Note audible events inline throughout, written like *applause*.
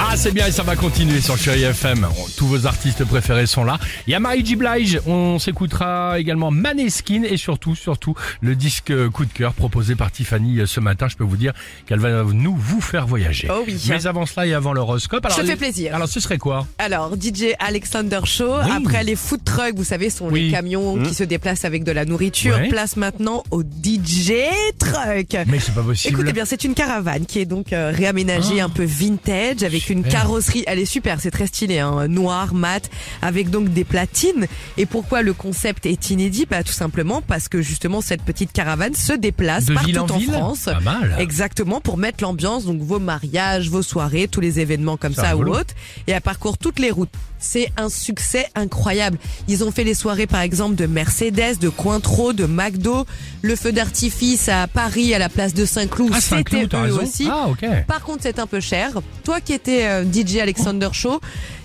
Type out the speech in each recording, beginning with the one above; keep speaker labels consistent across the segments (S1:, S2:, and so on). S1: Ah, c'est bien et ça va continuer sur Chéri FM. On- Tous vos artistes préférés sont là. Il y a Marie J. Blige, on s'écoutera également Maneskin et surtout, surtout, le disque euh, coup de cœur proposé par Tiffany euh, ce matin. Je peux vous dire qu'elle va nous vous faire voyager.
S2: Oh oui.
S1: Mais avant cela et avant l'horoscope. alors,
S2: te fais
S1: les-
S2: plaisir.
S1: Alors, ce serait quoi
S2: Alors, DJ Alexander Show,
S1: Oui.
S2: après les food trucks, vous savez, sont
S1: Oui. Mmh.
S2: les camions qui se déplacent avec de la nourriture.
S1: Ouais.
S2: Place maintenant au DJ truck.
S1: Mais c'est pas possible.
S2: Écoutez bien, c'est une caravane qui est donc euh, réaménagée un peu vintage avec une
S1: Ah. Super.
S2: carrosserie. Elle est super, c'est très stylé, hein, noir, mat, avec donc des platines. Et pourquoi le concept est inédit Bah tout simplement parce que justement cette petite caravane se déplace
S1: De
S2: partout
S1: ville en
S2: en
S1: ville
S2: France.
S1: Pas mal.
S2: Exactement, pour mettre l'ambiance, donc vos mariages, vos soirées, tous les événements comme
S1: C'est
S2: ça ou
S1: rigolo.
S2: autres, et elle parcourt toutes les routes. C'est un succès incroyable. Ils ont fait les soirées par exemple de Mercedes, de Cointreau, de McDo, le feu d'artifice à Paris à la place de Saint-Cloud,
S1: Ah,
S2: c'était
S1: Saint-Cloud, t'as
S2: eux
S1: raison.
S2: aussi.
S1: Ah, ok.
S2: Par contre, c'est un peu cher. Toi qui étais euh, DJ Alexander Show,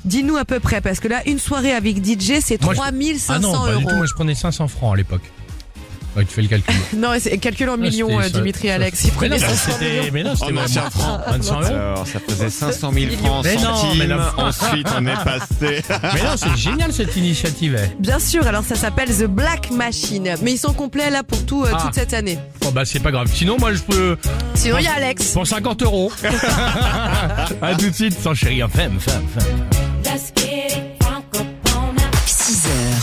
S2: dis-nous à peu près, parce que là, une soirée avec DJ, c'est
S1: Moi, je-
S2: 3500
S1: Ah non, pas
S2: euros.
S1: du tout. Moi, je prenais 500 francs à l'époque. Ouais, tu fais le
S2: *laughs*
S1: calcul.
S2: Non, c'est calcule en millions,
S1: Ah,
S2: euh,
S1: c'était-
S2: Dimitri
S1: ça-
S2: Alex. Il
S1: Mais non,
S2: prenait 500 millions. Oh,
S1: c'était, mais non, c'était
S3: En
S1: moins-
S3: ancien franc.
S1: 25 euros.
S3: Alors, ça faisait 500 000 francs
S1: Mais non,
S3: centimes.
S1: mais la-
S3: Ensuite, on est
S1: *laughs*
S3: passé.
S1: Mais non, c'est génial cette initiative. eh.
S2: Bien sûr, alors ça s'appelle The Black Machine. Mais ils sont complets là pour tout, euh,
S1: Ah.
S2: toute cette année.
S1: Bon bah c'est pas grave. Sinon moi je peux
S2: Sinon, il y a Alex.
S1: pour 50 euros. à tout de suite sans chéri femme femme femme.
S4: Let's get it drunk upon us.
S5: 6h,